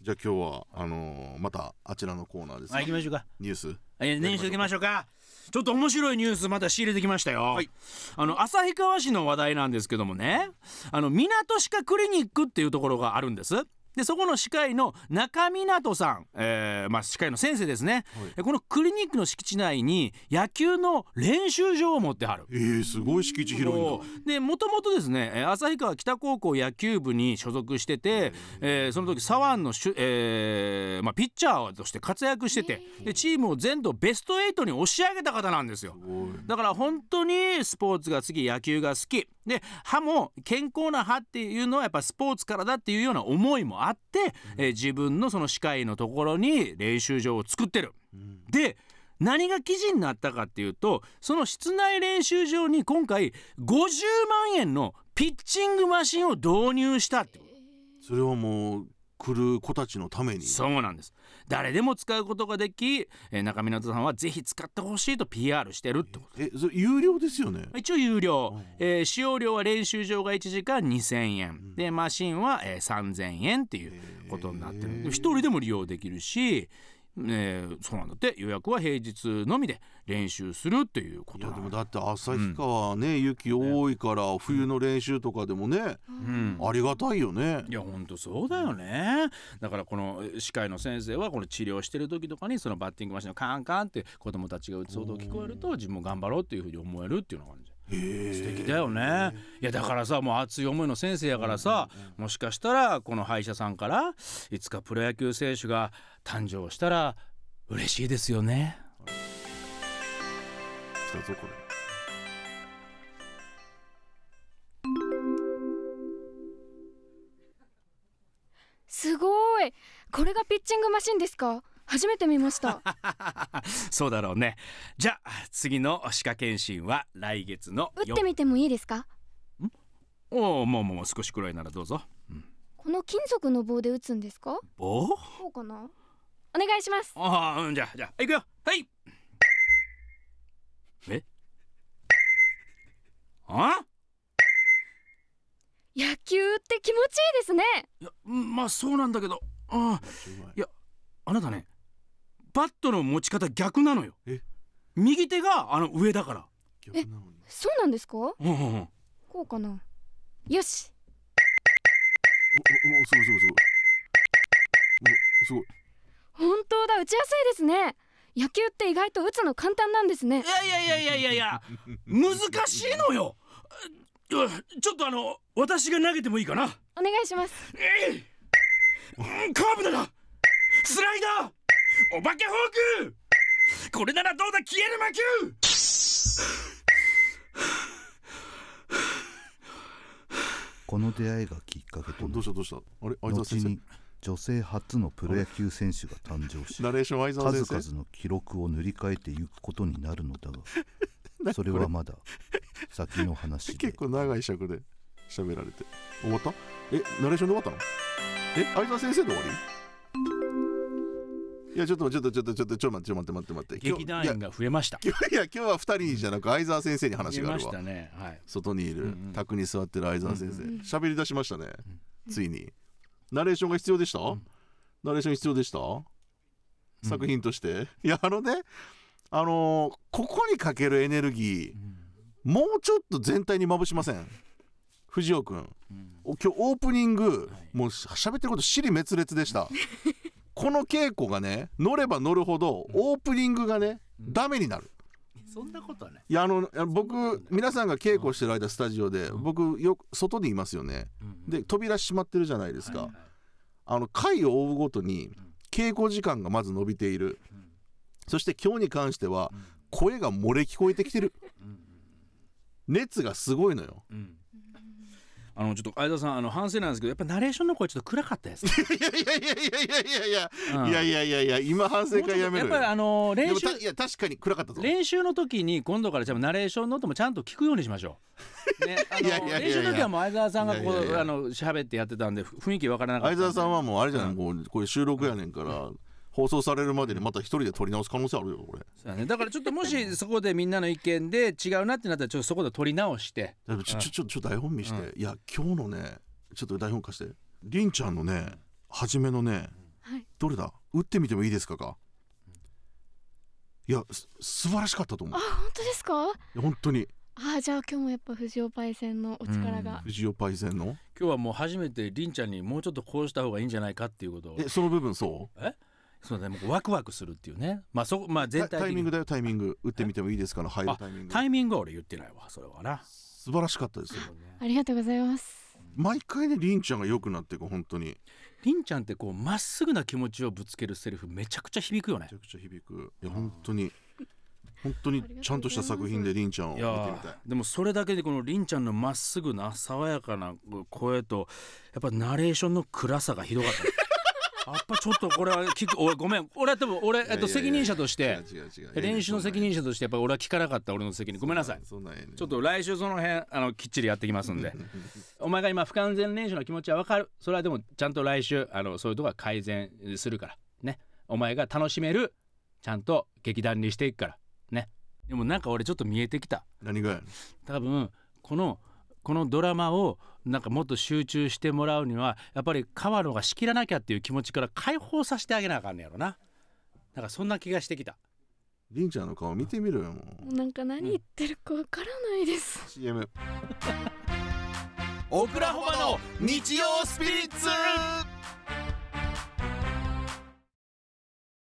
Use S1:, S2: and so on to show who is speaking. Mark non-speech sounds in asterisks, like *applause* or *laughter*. S1: じゃあ今日はあのーまたあちらのコーナーです
S2: あ
S1: ね
S2: 行きましょうか
S1: ニュース
S2: えー年始行きましょうかちょっと面白いニュースまた仕入れてきましたよ、
S1: はい
S2: あの旭川市の話題なんですけどもねあの港歯科クリニックっていうところがあるんですでそこの歯科医の中湊さん、えーまあ、歯科医の先生ですね、えこのクリニックの敷地内に野球の練習場を持ってはる
S1: えー、すごい敷地広いんだ
S2: でもともとですねえー旭川北高校野球部に所属してて、えーその時左腕のしゅ、えーまあ、ピッチャーとして活躍しててでチームを全土ベスト8に押し上げた方なんですよ。
S1: すごい
S2: だから本当にスポーツが好き野球が好きで歯も健康な歯っていうのはやっぱスポーツからだっていうような思いもあって、えー自分のその歯科医のところに練習場を作ってる。で何が記事になったかっていうとその室内練習場に今回50万円のピッチングマシンを導入したってこと
S1: それはもう来る子たちのために
S2: そうなんです誰でも使うことができ、えー中湊さんはぜひ使ってほしいと PR してるってこと
S1: えそれ有料ですよね
S2: 一応有料
S1: うん、
S2: えー使用料は練習場が1時間2000円、
S1: ん
S2: でマシンは、えー3000円っていうことになってる
S1: へー
S2: 一人でも利用できるし、えーそうなんだって予約は平日のみで練習するっていうこ
S1: い
S2: と
S1: や
S2: な
S1: で
S2: ん
S1: も
S2: だ
S1: だって旭川ね、雪多いから冬の練習とかでもね、
S2: うん
S1: ありがたいよね
S2: いやほんとそうだよねだからこのえー歯科医の先生はこの治療してる時とかにそのバッティングマシンのカンカンって子供たちが打つ音を聞こえると自分も頑張ろうっていうふうに思えるっていうのがあるんじゃん
S1: へえ
S2: 素敵だよね、いやだからさもう熱い思いの先生やからさ、もしかしたらこの歯医者さんからいつかプロ野球選手が誕生したら嬉しいですよね
S1: 来たぞこ
S3: すごいこれがピッチングマシンですか初めて見ました
S2: そうだろうねじゃあ次の歯科検診は来月の
S3: 打ってみてもいいですか
S2: おおもうもうもう少しくらいならどうぞ
S3: この金属の棒で打つんですか
S2: 棒
S3: こうかなお願いします
S2: ああうんじゃあじゃあ行くよはいえあ
S3: 野球って気持ちいいですね
S2: いやうんまあそうなんだけどああ
S1: れ
S2: いやあなたねバットの持ち方逆なのよ
S1: え
S2: 右手があの上だから
S1: 逆なのに
S3: そうなんですかこ
S2: うんうんうん
S3: うかなよし
S1: おおおすごいすごいすごいおすごい
S3: 本当だ打ちやすいですね野球って意外と打つの簡単なんですね
S2: いやいやいやいやいやいや難しいのよううちょっとあの私が投げてもいいかな
S3: お願いします
S2: えいうんカーブだなスライダーお化けフォークこれならどうだ消える魔球
S4: この出会いがきっかけと
S1: おどう
S4: なり
S1: したどうしたあれ相沢
S4: 後
S1: 先
S4: に
S1: 生
S4: 女性初のプロ野球選手が誕生し
S1: ナレーション相沢先
S4: 数
S1: 生
S4: 々の記録を塗り替えていくことにな
S1: *laughs*
S4: るのだがそれはまだ先の話で
S1: *laughs* 結構長い尺で喋られて終わったえナレーションで終わったのえ相沢先生で終わりいやちょっとちょっとちょっとちょっとちょっと待ってちょっと待って待って待って今日
S2: 劇団員が増えました
S1: いや今日いや今日は二人にじゃなく相沢先生に話
S2: 増え
S1: があ
S2: ま
S1: る
S2: し
S1: わ
S2: たねはい
S1: 外にいる、
S2: うんうん
S1: 卓に座ってる相沢先生
S3: うんうん
S1: 喋、り出しましたね、ついにナレーションが必要でした、
S2: うん
S1: ナレーション必要でした、作品としていやあのねあのーここにかけるエネルギーもうちょっと全体にまぶしません藤尾君
S2: うん
S1: お今日オープニング、
S2: はい
S1: もうし喋ってること尻滅裂でした
S2: *laughs*
S1: この稽古がね乗れば乗るほどオープニングがね、ダメになる
S2: そんなことはない。
S1: いやあのあの僕皆さんが稽古してる間スタジオで僕よく外にいますよねで扉閉まってるじゃないですかあの回を追うごとに稽古時間がまず伸びているそして今日に関しては声が漏れ聞こえてきてる熱がすごいのよ
S2: うんあのちょっと相田さんあの反省なんですけどやっぱナレーションの声ちょっと暗かったですね。
S1: *laughs* いやいやいやいやいや
S2: うん
S1: いやいやいやいやいや今反省会やめ
S2: もうちょっとやっ
S1: る
S2: ぱりあの
S1: で
S2: 練
S1: も
S2: 習
S1: たいや確かに暗かったぞ
S2: 練習の時に今度からじゃあナレーションの音もちゃんと聞くようにしましょ
S1: *laughs*
S2: う。ね、あの
S1: いやいやいやい
S2: 練
S1: や
S2: 習の時はもう相沢さんがこ
S1: いやいやいうや
S2: あの喋ってやってたんでふ雰囲気わからなかった
S1: 相
S2: んで。
S1: 沢さんはもうあれじゃな
S2: う
S1: いこうこれ収録やねんから放送されるまでにまた一人で撮り直す可能性あるよこれ。
S2: そうだねだからちょっともしそこでみんなの意見で違うなってなったらちょっとそこで取り直して。
S1: ちょちょちょちょ台本見して、いや今日のねちょっと台本貸してりんちゃんのね初めのね、どれだ打ってみてもいいですかかいやす素晴らしかったと思
S3: あ本当ですか
S1: う本当に
S3: あじゃあ今日もやっぱ藤尾パイセンのお力が、
S1: 藤尾パイセンの
S2: 今日はもう初めてりんちゃんにもうちょっとこうした方がいいんじゃないかっていうことを
S1: えその部分そ
S2: そうだねもうワクワクするっていうねまあそまあ
S1: う
S2: 全
S1: タ
S2: 体
S1: タイ
S2: 的
S1: ミング
S2: に
S1: だよタイミング打ってみてもいいですかの入る
S2: あ
S1: タイミング
S2: タイミングは俺言ってないわそれはな
S1: 素晴らしかったですよ
S3: ありがとうございます
S1: 毎回ねりんちゃんが良くなっていく本当にめ
S2: りんちゃんってこうまっすぐな気持ちをぶつけるセリフめちゃくちゃ響くよね
S1: ちゃくちゃ響くいや本当に本当にちゃんとした作品でりんちゃんを
S2: い
S1: 見
S2: や
S1: て
S2: ー
S1: みたい
S2: でもそれだけでこのりんちゃんのまっすぐな爽やかな声とやっぱナレーションの暗さがひどかったやっぱちょっとこれは聞くおごめん俺は多分俺、えっ
S1: い
S2: と、
S1: やいやいや
S2: 責任者として
S1: 違う違う違う
S2: 練習の責任者としてやっぱ俺は聞かなかった俺の責任ごめんなさい
S1: そんなんやねん
S2: ちょっと来週その辺あのきっちりやってきますんでお前が今不完全練習の気持ちは分かるそれはでもちゃんと来週あのそういうとこは改善するからねお前が楽しめるちゃんと劇団にしていくからねでもなんか俺ちょっと見えてきた
S1: 何がやねん
S2: 多分このこのドラマをなんかもっと集中してもらうにはやっぱり川野が仕切らなきゃっていう気持ちから解放させてあげなあかんねやろななんかそんな気がしてきた
S1: りんちゃんの顔見てみろよも
S3: も
S1: う
S3: うなんか何言ってるかわからないです、
S1: CM
S2: オクラホマの
S1: 日曜スピリッツ